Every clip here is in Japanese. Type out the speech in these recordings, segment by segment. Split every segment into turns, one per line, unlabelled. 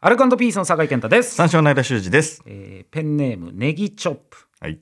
アルカンドピースの酒井健太です、
三照の間修二です。
えーペンネームネギチョップ
はい。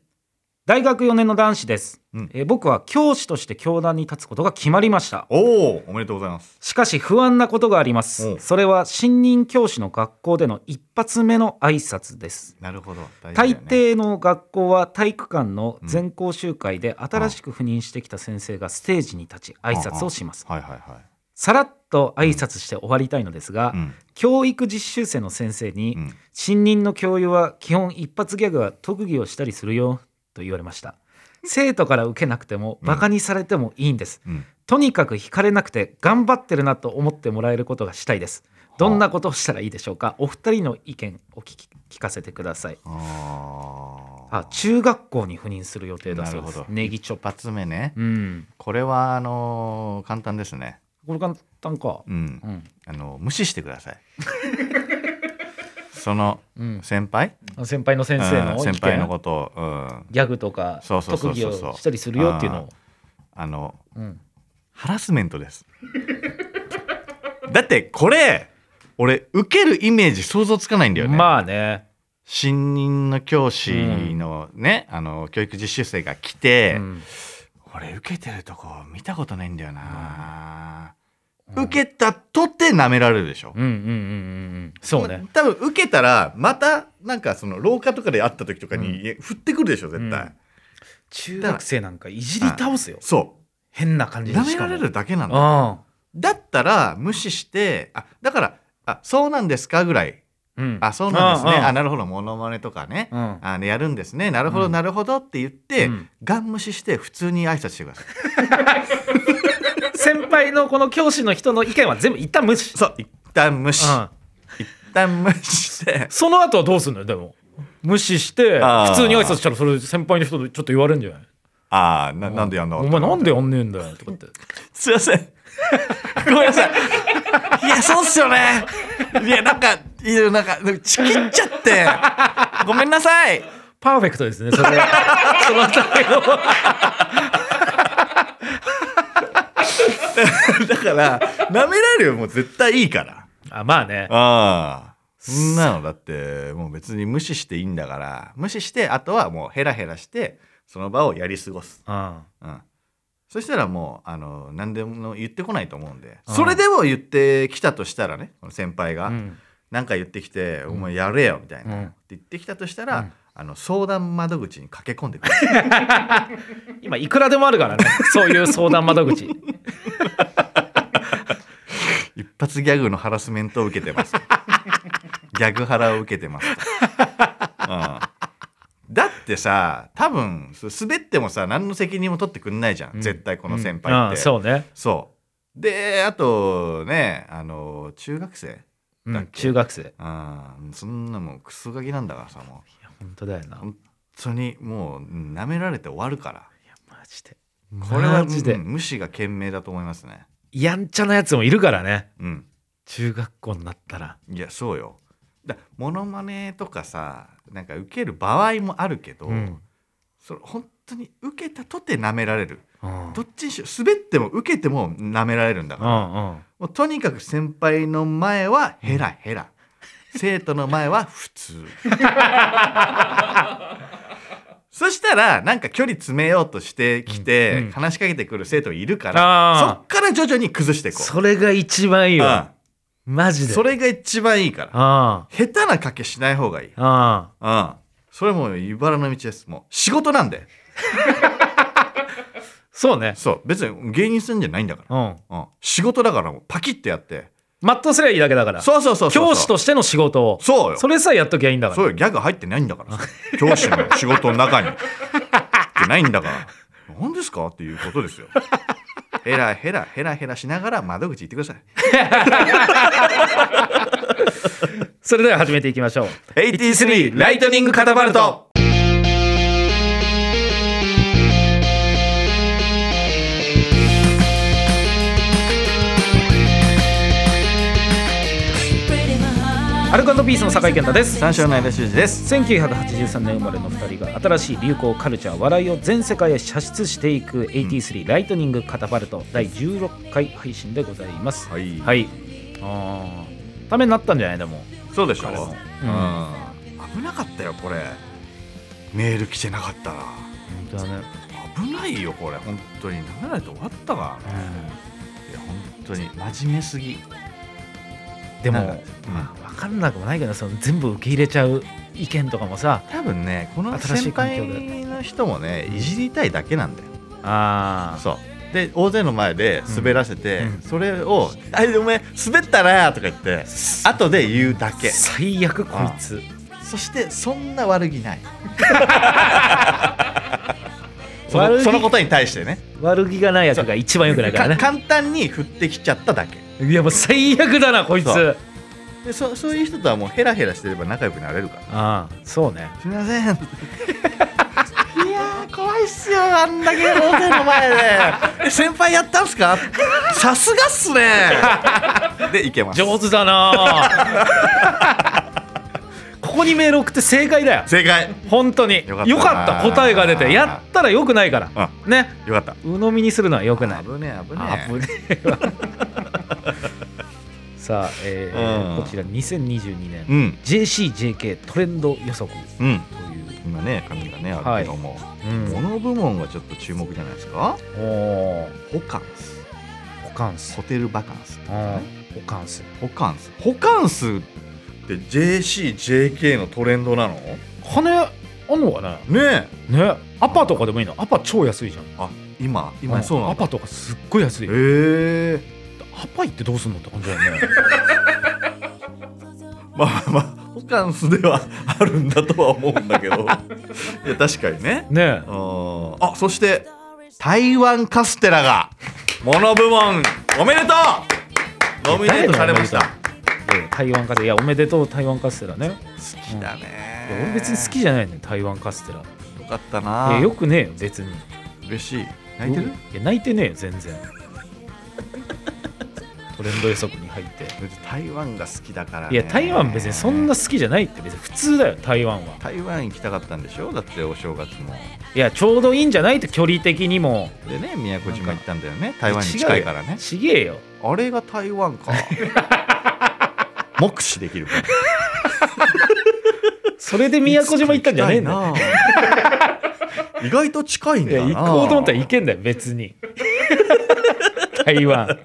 大学4年の男子です、
うん
えー僕は教師として教壇に立つことが決まりました
おお、おめでとうございます。
しかし不安なことがあります、
うん
それは新任教師の学校での一発目の挨拶です
なるほど。大
大
事だよね
抵の学校は体育館の全校集会で新しく赴任してきた先生がステージに立ち挨拶をします
はいはいは
さらっと挨拶して終わりたいのですが、
い。うん。
教育実習生の先生に、
うん。
新任の教諭は基本一発ギャグは特技をしたりするよと言われました生徒から受けなくても
うん
バカにされてもいいんです、
うん。
とにかく惹かれなくて頑張ってるなと思ってもらえることがしたいですどんなことをしたらいいでしょうかお二人の意見を聞き聞かせてください
ああ。
あ中学校に赴任する予定だそうで
な
す
るほど
ネギチョッ
一
パ
発目ね。
うん
これはあのー簡単ですね。
これ簡単か
うん
う。ん
あの無視してください。その
うん
先輩、
あ先輩の先生
う
の意
ん
見
先輩のことを、うん、
ギャグとか
そうそうそ
特
う
技
そう
をしたりするよっていうのを
あの
うん
ハラスメントです。だってこれ、俺受けるイメージ想像つかないんだよね。
まあね
新任の教師のね、あの教育実習生が来て、
うん
俺受けてるとこ見たことないんだよな、受けたとて舐められるでしょ、
うんうんうんうんうんそうね
ま多分受けたらまたなんかその廊下とかで会った時とかに、いや振ってくるでしょ絶対、
うん中学生なんかいじり倒すよ
そ
変な感
う
じで
舐め
しからも
れるだけなんだ
あ
だったら無視してあだからあそうなんですかぐらい
あうん
あそうなんですね
ああ
あなるほどモノマネとかね、
うん
あのやるんですねなるほど、
うん
なるほどって言って、
うん
ガン無視して普通に挨拶してください
先輩のこの教師の人の意見は全部一旦無視
そう一旦無視、
うん
一旦無視して
その後はどうすんのよでも無視して
あー
普通に挨拶したらそれ先輩の人とちょっと言われるんじゃない
ああななんでやんの
お前なんでやんねえんだよとかって
すいませんごめんなさいいやそうっすよねいやなんかいやなんかちきっちゃってごめんなさい
パーフェクトですねそれ その態度
だからなめられるよもう絶対いいから
あまあね
ああそんなのだってもう別に無視していいんだから無視してあとはもうヘラヘラしてその場をやり過ごす
うん
うん、そしたらもうあの何でも言ってこないと思うんで
うん
それでも言ってきたとしたらねこの先輩が
うん
何か言ってきて「お前やれよ」みたいな、
うん
って言ってきたとしたら、
うん
あの相談窓口に駆け込んでください
今いくらでもあるからねそういう相談窓口
一発ギャグのハラスメントを受けてますギャグハラを受けてます、うん、だってさ多分そ滑ってもさ何の責任も取ってくんないじゃん、
うん
絶対この先輩って、
うんそうね
そうであとねあの中学生
うん
だっけ
中学生
ああそんなもうクソガキなんだからさもう
本当だよな
本当にもううん舐められて終わるから
マジで
これは
マジで
うん無視が賢明だと思いますね
やんちゃなやつもいるからね
うん
中学校になったら
いやそうよだモノマネとかさなんか受ける場合もあるけど、
うん
それ本当に受けたとて舐められる
うん
どっちにしろ滑っても受けても舐められるんだ
う
から、
んうん
もうとにかく先輩の前はヘラ ヘラ生徒の前は普通そしたらなんか距離詰めようとしてきて、
うんうん
話しかけてくる生徒いるからそ
あー
っから徐々に崩していこう
それが一番いいわマ
うん
ジで
それが一番いいから
あ
下手な賭けしない方がいい、
ああ
うん、それもう茨の道ですもう仕事なんで
あそうね
そう別に芸人するんじゃないんだか
うん
ら、うん、仕事だからもうパキッてやって
全うすりゃいいだけだから
そうそうそうそう
教師としての仕事を
そうよ
それさえやっときゃいいんだか
そう
ら
よギャグ入ってないんだから教師の仕事の中に入ってないんだから何ですかっていうことですよヘラヘラヘラヘラしながら窓口行ってください
それでは始めていきましょう
83ライトニングカタパルト
アルカンドピースの酒井健太です
三章の間修司です
1983年生まれの2人が新しい流行カルチャー笑いを全世界へ射出していく83ライトニングカタパルト第16回配信でございます
はい
はいあーためになったんじゃないでも
そうでしょ、う
彼
ん
も、
危なかったよこれメール来てなかったら
本当だね、
危ないよこれ本当にならないと終わったからねいや本当に真面目すぎ
でも、
なんかうん
まあ、分かんなくもないけどその全部受け入れちゃう意見とかもさ
多分ねこの
新し
先
い環境
輩
で
の人もねいじりたいだけなんだよ
あ
そうで大勢の前で滑らせて、
うんうん
それを「あれお前滑ったな」とか言って後で言うだけ
最悪こいつ
そしてそんな悪気ない そ
悪
の
気
そのことに対してね
悪気がないやつが一番よくないからね
か簡単に振ってきちゃっただけ
いやもう最悪だなこいつ
そうでそそういう人とはもうヘラヘラしてれば仲良くなれるから
ああそうね
すみませんいやー怖いっすよあんだけ大勢の前でえ先輩やったんすかさすがっすねでいけます
上手だな ここにメール送って正解だよ
正解
本当に
よかったな
よかった答えが出てやったらよくないからね
よかった
鵜呑みにするのはよくない
危ねえ危ねえ
危ねえわさあ、えー
うん
こちら2022年
うん、
JCJK トレンド予測
うん、
という
今ね髪がねあるけども、
うん
この部門はちょっと注目じゃないですか
おー
ホカンス
ホカンス
ホテルバカンス
あーホカンス
ホカンスホカンスって JCJK のトレンドなのね
金あんのかね
え
ねアパとかでもいいのアパ超安いじゃん
あ今今そうな
ア
の
パとかすっごい安い
へえ
アパ行ってどうすんのって感じだよね
まあまあホカンスではあるんだとは思うんだ けどいや確かにね
ね
うんあそして台湾カステラがモノ部門おめでとうノミネートされました
ええ台湾カステラいやおめでとう台湾カステラね
好きだね、
いや俺別に好きじゃないね台湾カステラ
よかった
い
な
やよくねえよ別に
嬉しい泣いてる
いや泣いてねえよ全然トレンド予測に入って
別に台湾が好きだからね
いや台湾別にそんな好きじゃないって別に普通だよ台湾は
台湾行きたかったんでしょだってお正月も
いやちょうどいいんじゃないって距離的にも
でね宮古島行ったんだよね台湾に近いからね
ちげえよ
あれが台湾 か目視できるから
それで宮古島行ったんじゃねえんだよ
いつか行きたいな意外と近いん
いや
だな
行こうと思ったら行けんだよ別 に台湾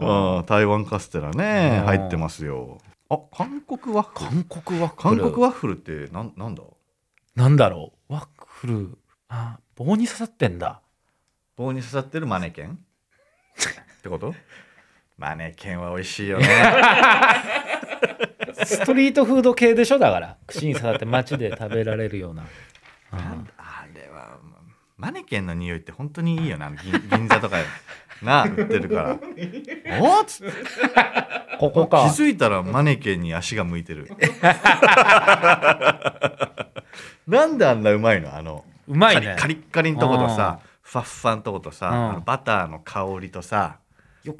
ああ台湾カステラね
うん
入ってますよあ韓国ワッフル
韓国ワッフ
韓
ル
国ワッフルってなんなんだ
なんだろうワッフルあ棒に刺さってんだ
棒に刺さってるマネケンってことマネケンは美味しいよね
ストリートフード系でしょだ から串に刺さって街で食べられるようなうん
あれはマネケンの匂いって本当にいいよな銀銀座とかな売ってる からおっつって
ここ
気
か
づいたらマネケンに足が向 いてるなんであんなうまいのあの
うまいね
カリッカリのとことさファッファのとことさ、
うん
あのバターの香りとさ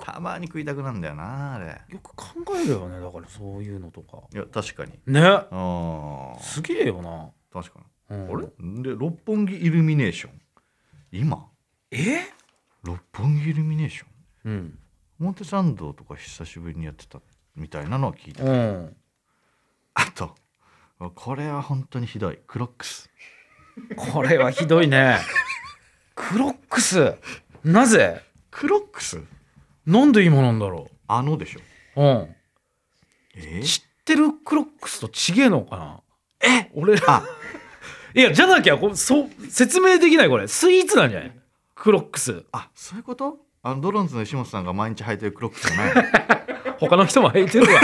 たまに食いたくなんだよなあれ
よく考えるよねだからそういうのとか
いや確かに
ね
あー
すげえよな、
確かに
うん
あれで六本木イルミネーション今
え
六本木イルミネーション
うん、
表参道とか久しぶりにやってたみたいなのは聞いた
うん、
あとこれは本当にひどいクロックス
これはひどいねクロックスなぜ
クロックス
なんで今なんだろ
あのでしょ
う、うん、
え
知ってるクロックスとちげえのかな
え
俺ら
あ
いやじゃなきゃこうそう説明できないこれスイーツなんじゃないクロックス
あそういうことあのドローンズの石本さんが毎日履いてるクロックスじゃない の
他の人も履いて るわ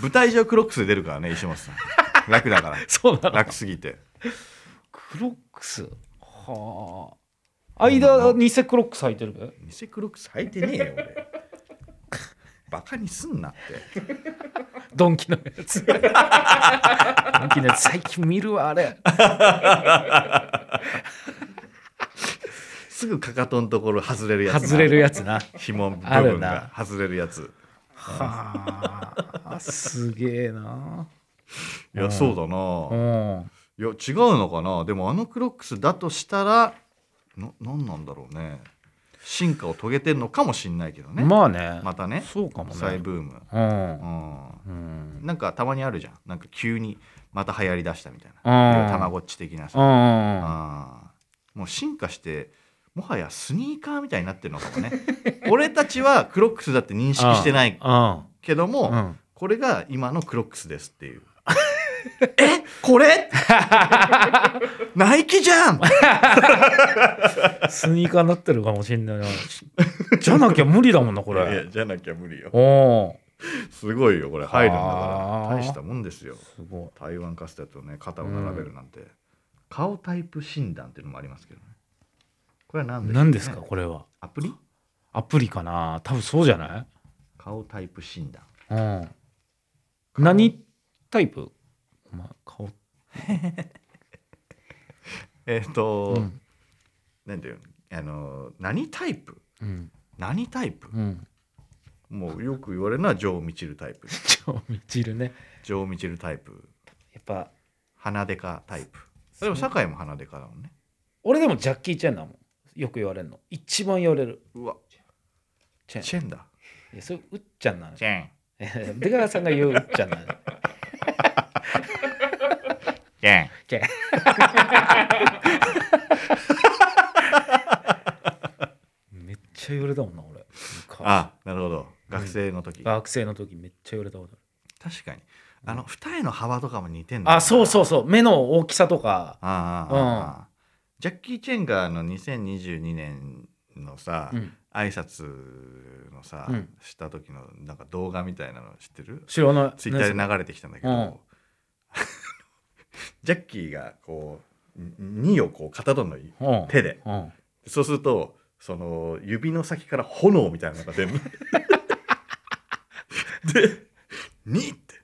舞台上クロックスで出るからね石本さん楽だか
そう な
ら
の
楽すぎて
クロックスはあ間偽クロックス履いてるべ
偽クロックス履いてねえよ俺バカにすんなって
ドンキのや つ。ドンキのやつ最近見るわあれ。
すぐかかとのところ外れるやつな
外れるやつな。
紐部
ある
分
な
が外れるやつ
はあ、すげえな。
いうや
ん
そうだ
う。
なんいや違うのかなでもあのクロックスだとしたらな何なんだろうね進化を遂げてるのかもしれないけどね、
まあね
またね
そうかも
再
ね
ブーム、
うん
う
うん
ん、なんかたまにあるじゃんなんか急にまた流行りだしたみたい
うん
なたまごっち的な
う
さ、
ん
あーもう進化してもはやスニーカーみたいになってるのかもね俺たちはクロックスだって認識してない
うん
けども、
うん
これが今のクロックスですっていうえこ れナイキじゃん
スニーカーになってるかもしれないな じゃなきゃ無理だもんなこ
いや
れ
じゃなきゃ無理よ
おお
すごいよこれ入るんだか
はあ
ら大したもんですよ
ーすごい
台湾カステラとね肩を並べるなんて、顔タイプ診断っていうのもありますけどねこれは何でしょうね
何ですかこれは
アプリ
アプリかな多分そうじゃな
顔タイプ診
いう
断
ん何タイプお前顔
えっ、と、
うん
なんていうのあの何タイプ
うん
何タイプ、
うん
もうよく言われるのはジョー・ミチルタイプ
超みちるね
ジョー・ミチルタイプ
やっぱ
鼻でかタイプでも酒井も鼻でかだもんね
俺でもジャッキー・チェンだもんよく言われるの一番言われる
うわ
チェン
チェンだ
いやそれうっちゃんなの
チェン
出川さんが言ううっちゃんなの
チェン
チェンめっちゃ言われたもんな俺
あなるほど学生の時、
学生の時めっちゃ言われたことある
確かにあの二重の幅とかも似てんだよな
あそうそうそう目の大きさとか
ああああああジャッキー・チェンがあの2022年のさ、
うん
挨拶のさ、
うん
した時のなんか動画みたいなの知ってる
知らない
ツイッターで流れてきたんだけど、
うん
ジャッキーがこうん2をこう片取るの
うん
手で
うん
そうするとその指の先から炎みたいなのが出る ので「2」って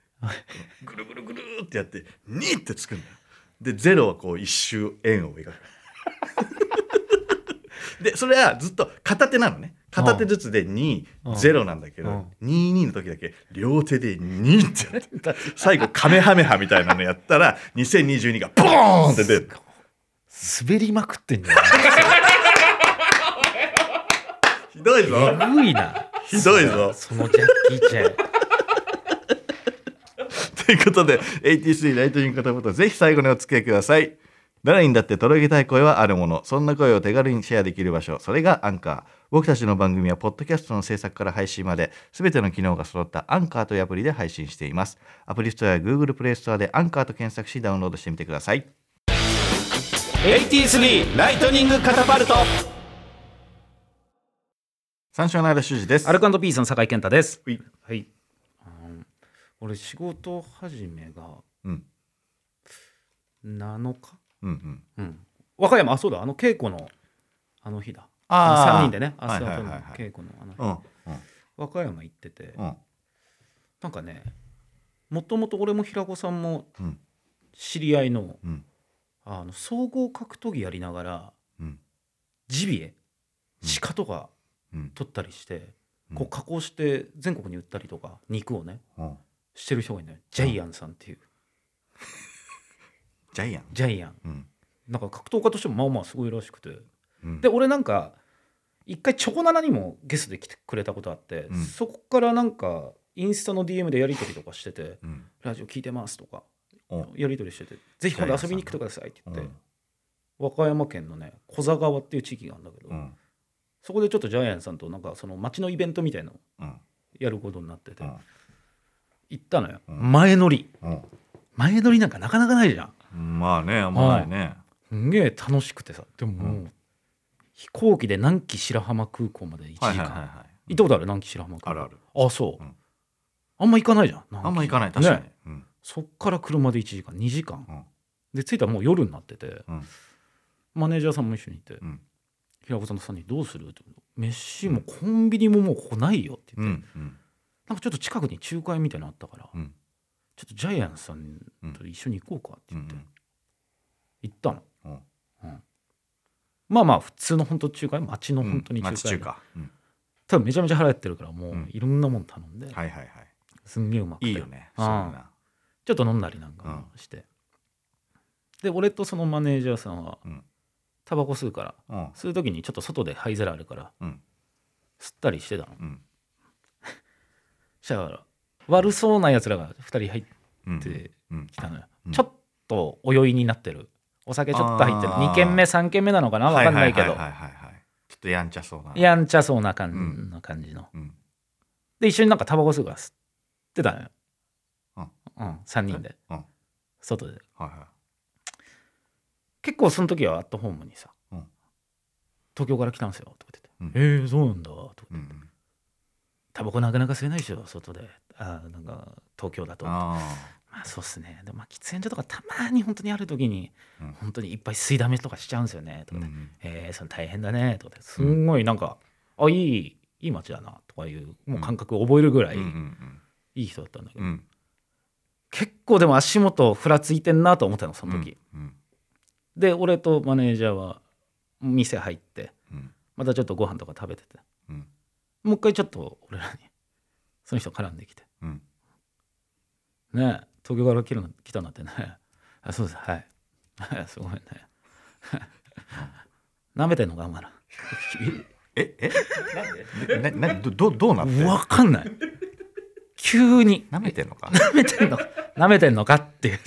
ぐるぐるぐるーってやって「2」ってつくんだよで「0」はこう一周円 を描くでそれはずっと片手なのね片手ずつで
うん
20なんだけど22の時だけ両手で2ってやって
だ
最後カメハメハみたいなのやったら2022がボーンって出る
滑りまくってんじゃん
ひどいぞ
えぐいな
ひどいぞ
そのジャッキー・チェン
ということで ATC ライトニング片言ぜひ最後にお付き合いください誰にだって届けたい声はあるものそんな声を手軽にシェアできる場所それがアンカー僕たちの番組はポッドキャストの制作から配信まで全ての機能が揃ったアンカーというアプリで配信していますアプリストアや Google プレイストアでアンカーと検索しダウンロードしてみてください
AT3 ライトニングカタパルト
三章の間主事です
アルカンドピースの酒井健太です。
うい
はい。あの俺仕事始めが
うん
7日。
うんうん
うん。和歌山あそうだあの稽古のあの日だ。
あー
の三人でね。
はい
あ
はいはい
そう
はい
稽古のあの日、
うんうん
和歌山行ってて、
うん
なんかね、もともと俺も平子さんも
うん
知り合いの
うん
あの総合格闘技やりながら
うん
ジビエ
うん
鹿とか
うん
取ったりして、
うん
こう加工して全国に売ったりとか肉をね。
うん
してる人がいないジャイアンさんっていう、
ジャイアン
ジャイアン
うん
なんか格闘家としてもまあまあすごいらしくて
うん
で俺なんか一回チョコナナにもゲストで来てくれたことあって、
うん
そこからなんかインスタの DM でやり取りとかしてて
うん
「ラジオ聞いてます」とか
お
やり取りしてて「ぜひ今度遊びに来てください」って
う
言
ん
って、和歌山県のね小座川っていう地域があるんだけど、
うん
そこでちょっとジャイアンさんとなんかその町のイベントみたいなの
うん
やることになってて、
うん
行ったのよ、
うん
前乗り
うん
前乗りなんかなかなかないじゃん
まあね、あんまないね。
すんげえ楽しくてさでももう、
う
飛行機で南紀白浜空港まで1時間、
はいはいはいはい。
行ったことある南紀白浜空
あ
港
るある。
あそう、
うん
あんま行かないじゃん
あんま行かない、確かに
ね。
うん
そっから車で1時間2時間、
うん
で着いたらもう夜になってて
うん
マネージャーさんも一緒にいて、
うん
平子さんと3人どうするって言うの飯もコンビニももうここないよって
う
言って、
んうん
なんかちょっと近くに仲介みたいなのあったから、
うん
ちょっとジャイアンさんと一緒に行こうかって
う
言って、
ん
行ったの
うん
まあまあ普通の本当中華街町の
うん
本当に中華
町
街、
中華。うん
ただめちゃめちゃ腹減ってるからもううんいろんなもん頼んで、
はいはいは
すんげえうまくて
い。いいよね。
う
そ
ん
ういうな。
ちょっと飲んだりなんかもして、で俺とそのマネージャーさんは
うん
タバコ吸うから
うん
吸う時にちょっと外で灰皿あるから
うん
吸ったりしてたの
うん
したら悪そうなやつらが2人入っ
うん
て
うん
きたのよ、
うん
ちょっと泳いになってるお酒ちょっと入ってる
あー
2軒目3軒目なのかな分かんないけど、
ははいはいはいはいちょっとやんちゃそうな
やんちゃそうな感じ,、
うん
な感じの
うん
で一緒になんかタバコ吸うから吸ってたのよ、
うん
うん、3人で
うんはい
外で
は
結構その時はアットホームにさ、
うん
東京から来たんですよとか言ってて、えー、そうなんだとか
い
言
う
って、
ん
タバコなかなか吸えないでしょ外であーなんか東京だと
あ
まあそうっすねでもまあ喫煙所とかたまに本当にある時に、
うん
本当にいっぱい吸いだめとかしちゃうんですよねと
ーう
かで、
ん
えーそれ大変だねとかですんごいなんか、あいいいい街だなとかいうもう感覚を覚えるぐらい
うんうん
いい人だったんだけど、
うんうん
結構でも足元ふらついてんなと思ったのその時、
うん
で俺とマネージャーは店入って
うん
またちょっとご飯とか食べてて
うん
もう一回ちょっと俺らにその人絡んできて
うん
「ねえ東京から来るの来たなってね あそうですはい すごいね 舐めてんのかお前ら
え えななどどどうなってる
分かんない急に
舐めてんのか
舐めてんの舐めてんのかって いう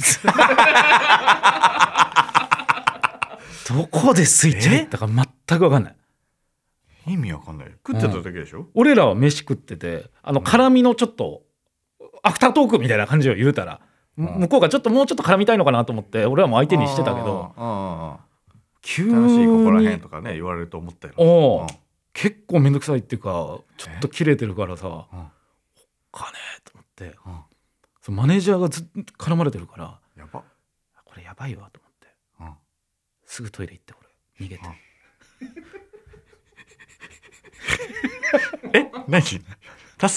どこでスイッチ入ったか全く分かんない
意味わかんない食ってただけでしょ
俺らは飯食っててあの辛みのちょっとアフタートークみたいな感じを言うたら、む
うん
向こうがちょっともうちょっと絡みたいのかなと思って俺らも相手にしてたけど
あーあ
急
ーあー楽しいここら
に
辺とかね言われると思ったよ
おう
うん
結構面倒くさいっていうかちょっと切れてるからさ
うんうん
かねえと思って
うん
そのマネージャーがずっと絡まれてるから
やば
これやばいわと思って
うん
すぐトイレ行って俺逃げて
うんえ何助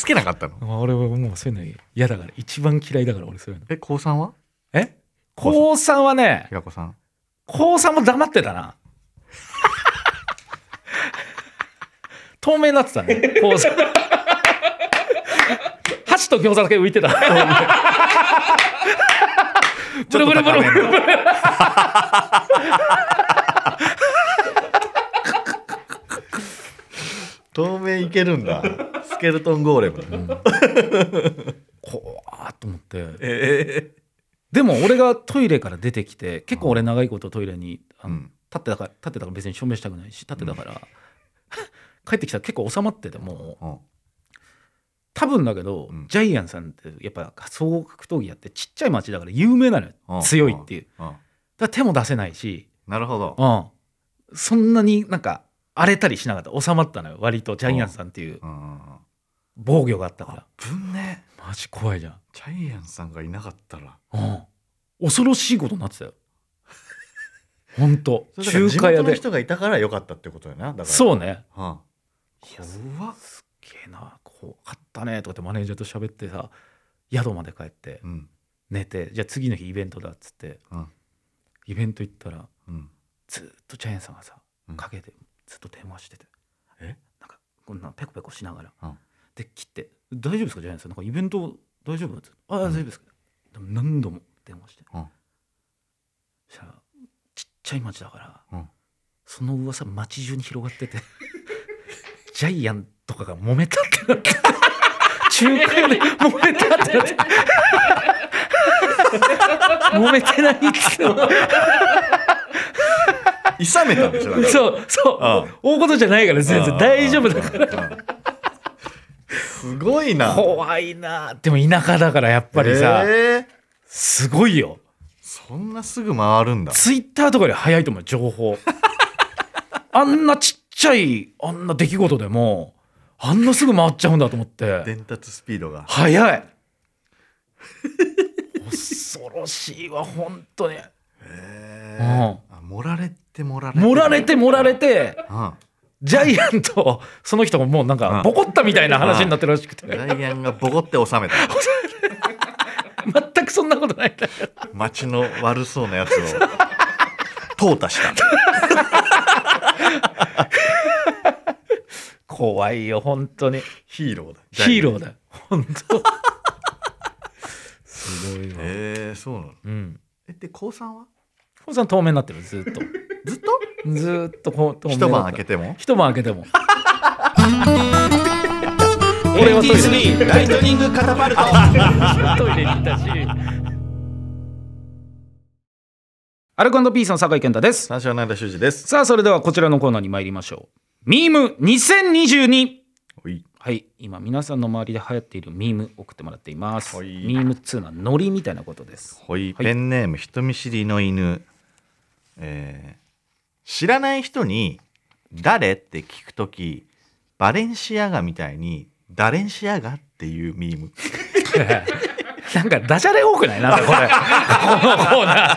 けなかったの
俺はもうそういうの嫌だから一番嫌いだから俺そういうの
え高三は
え
高三
高3はね
平子さん
高3も黙ってたな透明になってたね高3箸と餃子だけ浮いてたブルブルブルブル
透明いけるんだスケルトンゴーレム
怖ーっと思って
え
でも俺がトイレから出てきて結構俺長いことトイレにあの、
うん
立ってたから立ってたから別に証明したくないし立ってたから、帰ってきたら結構収まっててもう
うん
多分だけど、
うん
ジャイアンさんってやっぱ総合格闘技やってちっちゃい町だから有名なのよ、
うん
強いっていう、
うん
だから手も出せないし、
なるほど
うん、そんなになんか荒れたりしなかった収まったのよ割とジャイアンさんっていう
うんうんうん
防御があったから、
ぶんね
マジ怖いじゃん、
ジャイアンさんがいなかったら
うん、恐ろしいことになってた よほんと中
中
華
華
屋
屋の
で
人がいたからよかったってことやなだからう、
そうね
うん、怖っ
すっげえな怖かったねとかってマネージャーと喋ってさ宿まで帰って
うん
寝てじゃあ次の日イベントだっつって
うん
イベント行ったら
うん
ずっとジャイアンさんがさ
うん
陰でずっと電話してて、
え
なんかこんなペコペコしながら、
うん
で切って「大丈夫ですかジャイアンさんなんかイベント大丈夫?」って「ああ
う
大
ん
丈夫ですかでも何度も電話して、
うん
そしたらちっちゃい町だから、
うん
その噂町中に広がって てジャイアンとかが揉めたってな って中華屋で揉めたってなって揉めてないって言って
いさめたんでしょだか ら
そうそう
ああ
大事じゃないから全然大丈夫だから
らすごいな
怖いなでも田舎だからやっぱりさ、
えー
すごいよ
そんなすぐ回るんだ
ツイッターとかより早いと思う情報 あんなちっちゃいあんな出来事でもあんなすぐ回っちゃうんだと思って
伝達スピードが
早い 恐ろしいわ本当に
えーあ盛られて盛られて
盛られて盛られて
うん
ジャイアンとその人がもうなんかボコったみたいな話になってるらしくて
ジャイアンがボコって収めた
全くそんなことないんだけど
街の悪そうなやつを淘汰した
怖いよ本当に
ヒーローだ
ヒーロー
だ
だよ本当すごいわ
えー、そうなの
うん
えで高三は
こさん透明になってるずっと
ずっと
ずーっとこう
一晩開けても
一晩開け ても俺はトイレに
83ライトニングカタパルト
トイレに行ったしアルコピースの酒井健太です
三四郎の間修司です
さあそれではこちらのコーナーに参りましょうミーム2022
おい
はい今皆さんの周りで流行っているミーム送ってもらっています
はい
ミームっつうのはノリみたいなこと です
ほい、
はい
ペンネーム人見知りの犬、えー知らない人に「誰?」って聞くときバレンシアガみたいに「ダレンシアガ」っていうミーム
なんかダジャレ多くないなんか これこのコーナー
ま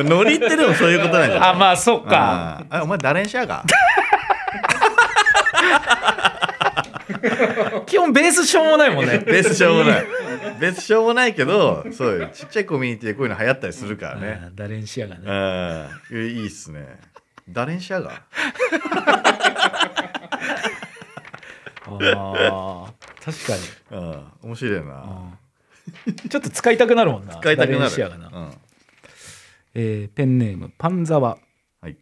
あノリってでもそういうことなんじゃない
あまあそっか
あーあお前ダレンシア ガ
基本ベースしょうもないもんね
ベースしょうもないベースしょうもないけどそうよちっちゃいコミュニティでこういうの流行ったりするからね
あーダレンシアがね
うんいいっすねダレンシアガ
あー確かに
うん面白いな
うんちょっと使いたくなるもんな
使いたく
ダ
な
レ
る
ンシアガな
うん
えーペンネームパンザワ
はい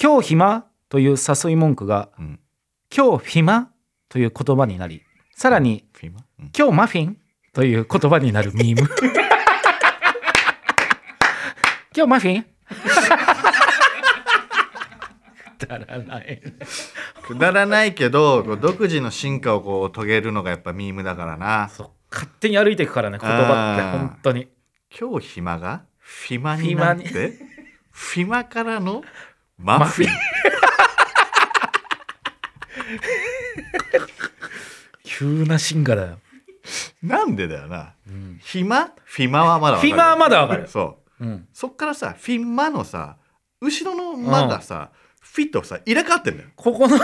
今日暇という誘い文句が
うん
今日暇という言葉になりさらに
フィマうん
今日マフィンという言葉になるミーム 今日マフィンだらない
くだらないけどこう独自の進化をこう遂げるのがやっぱミームだからな
そう勝手に歩いていくからね言葉って
あー
本当に
今日暇がフィマになって
フ
フィマからのマフィ ン
急な進化だよ、
なんでだよな
うん
暇フィマはまだわかる
フィマはまだわかる
そう
うん、
そっからさフィンマのさ後ろのマがさ、フィとさ入れ替わってんだよ
ここの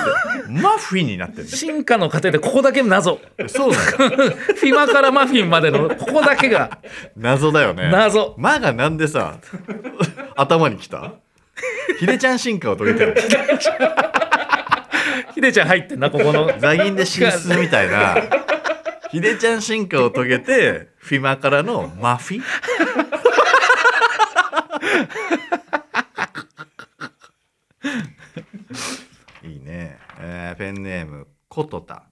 マフィンになってんだ
進化の過程でここだけ謎
よそうなんだよ
フィマからマフィンまでのここだけが
謎だよね
謎
マがなんでさ 頭にきたヒデちゃん進化を遂げてる
ヒデちゃん入ってんなここの
座銀で進出みたいな。ヒデちゃん進化を遂げて、フィマからのマ フィいいね。えーペンネーム、コトタ。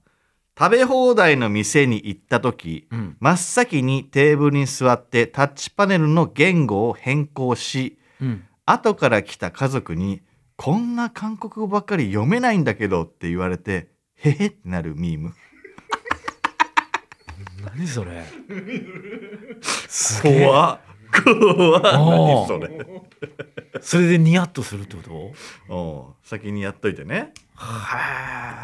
食べ放題の店に行った時、
うん
真っ先にテーブルに座ってタッチパネルの言語を変更し、
うん
後から来た家族に「こんな韓国語ばっかり読めないんだけど」って言われて「へへ」ってなるミーム
何それすげえ
怖っ怖っ
お
何
う
それ
それでニヤッとするってこと
おう先にやっといてね
はあ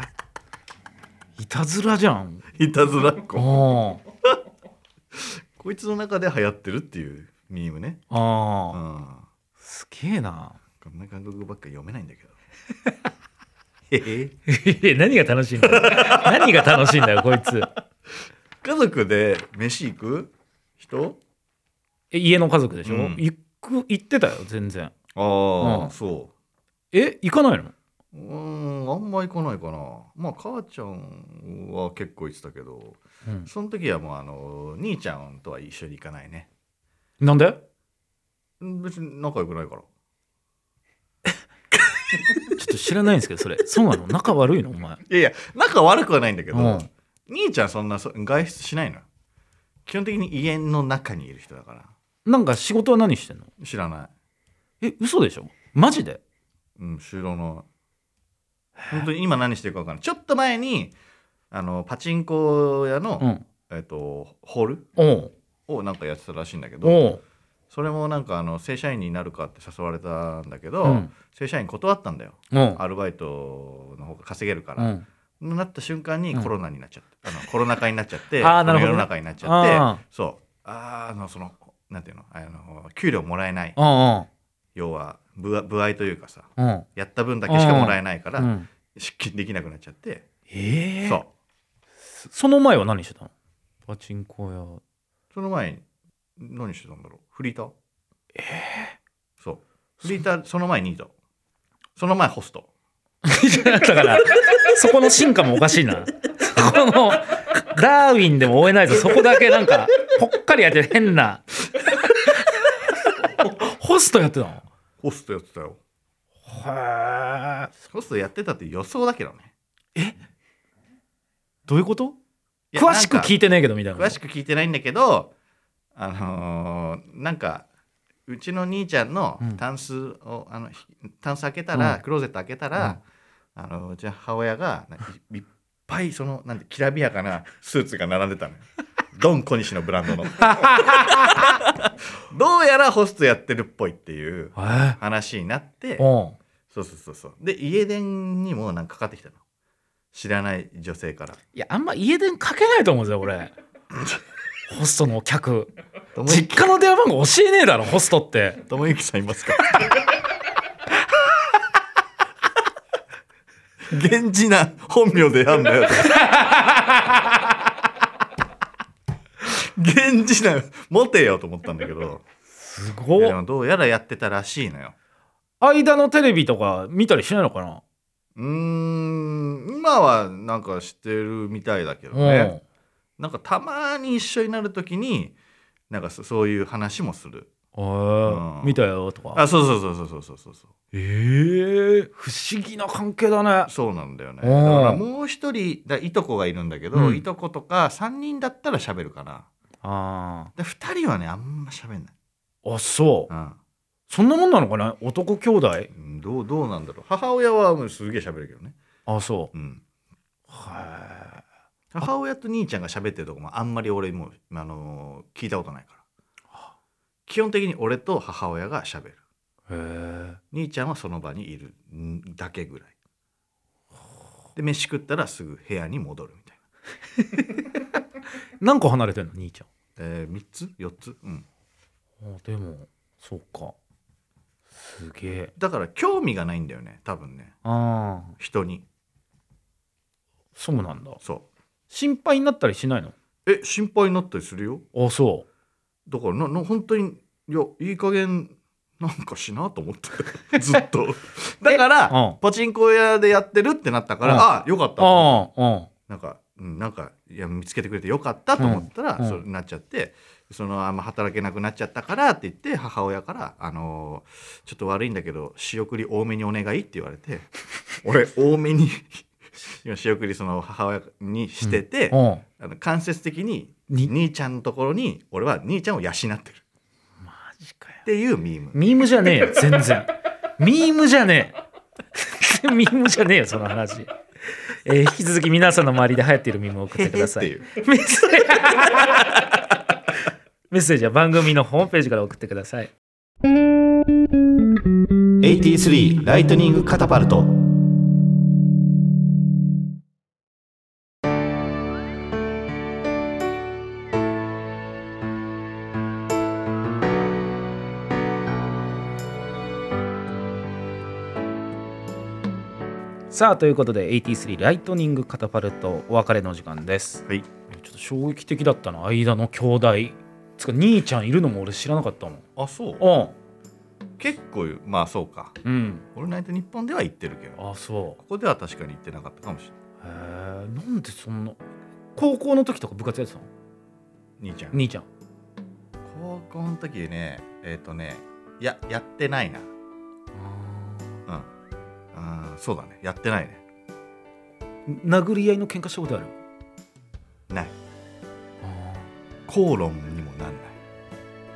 いたずらじゃん
いたずらっ子
あ
こいつの中で流行ってるっていうミームね
ああ
う
あ
ん
すげえな
こんな韓国語ばっかり読めないんだけどへへ
いや何が楽しいんだ よ何が楽しいんだよこいつ
家族で飯行く人
え家の家族でしょ、
うん
行く行ってたよ全然
ああ、
うん
そ
え行かないの
ううーんあんま行かないかなまあ母ちゃんは結構行ってたけど
うん
その時はもうあの兄ちゃんとは一緒に行かないね。
なんで
別に仲良くないから。
ちょっと知らないんですけどそれそうなの仲悪いのお前
いやいや仲悪くはないんだけど、
うん
兄ちゃんそんなそ外出しないの。基本的に家の中にいる人だから
なんか仕事は何してんの
知らない。
え嘘でしょマジで
うん知らない。本当に今何してるか分かんない。ちょっと前にあのパチンコ屋の、
うん
えっとホール
おう
をなんかやってたらしいんだけど、
おう
それもなんかあの正社員になるかって誘われたんだけど、
うん
正社員断ったんだよ。
おう
アルバイトの方が稼げるから。
うん
なった瞬間に
うん
コロナになっちゃって、あのコロナ禍になっちゃって
あーなるほど
この世の中になっちゃ
あ
ってそうあーあのそのなんていうのあの給料もらえない
うん
要は部部合というかさ
うんうん
やった分だけしかもらえないから、
うん
出勤できなくなっちゃって、
ええ
そう
その前は何してたのパチンコ屋
その前に何してたんだろうフリーターそうフリーターその前にいたその前ホスト
だからそこの進化もおかしいな そこのダーウィンでも追えないぞそこだけなん かぽっかりやってる変なホストやってたの
ホストやってたよ
へえ
ホストやってたって予想だけどね
どういうこと
いや
詳しく
なんか
聞いてねえけどみたいな
詳しく聞いてないんだけどあのーなんかうちの兄ちゃんの
うん
タンスを、あのひタンス開けたら、
うん
クローゼット開けたら、あのうちの母親がなんかいいっぱいそのなんてきらびやかなスーツが並んで たのよドン小西のブランドのどうやらホストやってるっぽいっていう
へ
話になって
えうん
そうそうそうそうで家電にもなんかかかってきたの知らない女性から
いやあんま家電かけないと思うぜ 俺ホストのお客
友
実家の電話番号教えねえだろホストって
友幸さんいますか源氏な本名でやんだよ源氏なモテよと思ったんだけど
す
い
ご
や
っ
でもどうやらやってたらしいのよ
間のテレビとか見たりしないのかな、
うーん今はなんか知ってるみたいだけど
うん
ねなんかたまに一緒になるときになんかそそういう話もする
へえ
うん
見たよとか
あそうそうそうそうそうそうそう
ええ不思議な関係だね
そうなんだよね。だ
うん
からもう一人だいとこがいるんだけど、
うん
いとことか3人だったら喋るかな。
あ
で2人はねあんま喋んない。
ーあそう
うん
そんなもんなのかな男兄弟
うん、どうどうなんだろう。母親はもうすげえ喋るけどね。
あそう
うん。
は
母親と兄ちゃんが喋ってるとこもあんまり俺もうあのー聞いたことないから。基本的に俺と母親が喋る。
いへえ
兄ちゃんはその場にいるんだけぐらい。で飯食ったらすぐ部屋に戻るみたいな。
何個離れてんの兄ちゃん
えー、3つ4つうん。
あでもそうかすげえ
だから興味がないんだよね多分ね
ああ
人に。
そうなんだ
そ
心配になったりしないの
うえ心配になったりするよ
あそ
だからなな本当にいやいい加減なんかしなと思って ずっとだから、
うん
パチンコ屋でやってるってなったから、
うん
あよかっ
う
た
ああうん
なんか、うん、なんかいや見つけてくれてよかったと思ったら、
うんうん
それになっちゃってそのあんま働けなくなっちゃったからって言って母親から、あのーちょっと悪いんだけど仕送り多めにお願い」って言わ れて俺多めに今仕送りその母親にしてて、
うん
あの間接的に
に
兄ちゃんのところに俺は兄ちゃんを養ってるっ
マジかよ
ていうミーム
ミームじゃねえよ全然ミームじゃねえ ミームじゃねえよその話、えー引き続き皆さんの周りで流行っているミームを送ってください
へへって
メッセージ メッセージは番組のホームページから送ってください
AT3 ライトニングカタパルト
さあということで83ライトニングカタパルトお別れの時間です
はい
ちょっと衝撃的だったな間の兄弟つか兄ちゃんいるのも俺知らなかったもん
あそう
うん
結構まあそうか
うん
「オールナイトニッポン」では言ってるけど
あそ
ここでは確かに言ってなかったかもしれないう
へえなんでそんな高校の時とか部活やってたの
兄ちゃん
兄ちゃん
高校の時ねえっ、とねいややってないなうんそうだねやってないね
殴り合いの喧嘩したことある
ない口論にもなんな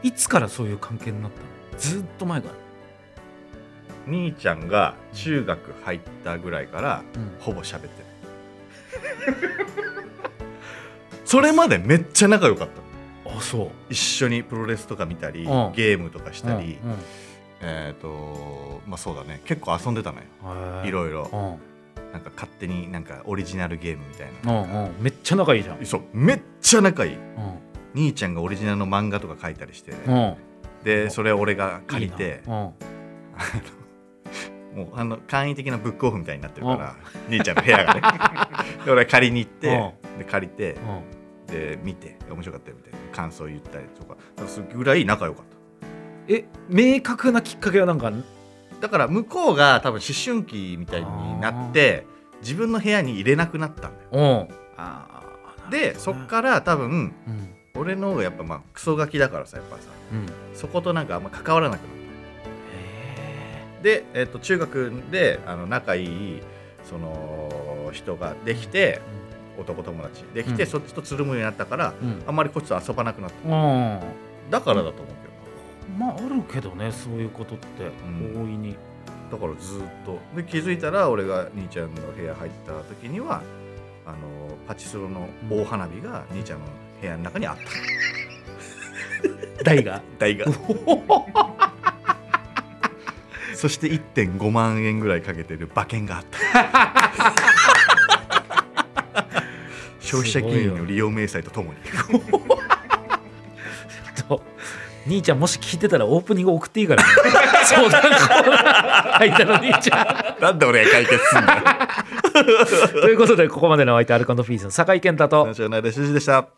い
いつからそういう関係になったのずっと前から、
兄ちゃんが中学入ったぐらいから
うん、
ほぼ喋ってないそれまでめっちゃ仲良かった
あそう
一緒にプロレスとか見たり、
うん
ゲームとかしたり、
うんうん
えっ、とまあそうだね結構遊んでたのよ
へえ
いろいろ
うん
なんか勝手になんかオリジナルゲームみたいな
うんうんめっちゃ仲いいじゃん
そうめっちゃ仲いい
うん
兄ちゃんがオリジナルの漫画とか書いたりして、
うん
でそれを俺が借りて
いいなうん
もうあの簡易的なブックオフみたいになってるから兄ちゃんの 部屋がねで俺が借りに行ってで借りて
うん
で見て面白かったよみたいな感想言ったりとかなんかそれぐらい仲良かった
え明確なきっかけはなんか
だから向こうが多分思春期みたいになって自分の部屋に入れなくなったんだよ
うんああ
でそっから多分
うん
俺の方がやっぱまあクソガキだからさやっぱさ
うん
そことなんかあんま関わらなくなっ
へ
で、えっと、中学であの仲いいその人ができて男友達できて、
うん
そっちとつるむようになったから
うん、
あんまりこっちと遊ばなくなった
うん、
だからだと思う
まああるけどねそういうことって
ん
大いに、
けどだからずっとで気づいたら俺が兄ちゃんの部屋入った時にはあのパチスロの大花火が兄ちゃんの部屋の中にあった
台が
台 がそして1.5万円ぐらいかけてる馬券があ った消費者金融の利用明細とと もに
ちょっと兄ちゃんもし聞いてたらオープニング送っていいから、ね、 相談コーナー相手の兄ちゃん
なんで俺が解決すんだ
ということでここまでのお相手アルカンドフィーズの酒井健太と
話はないでしじでした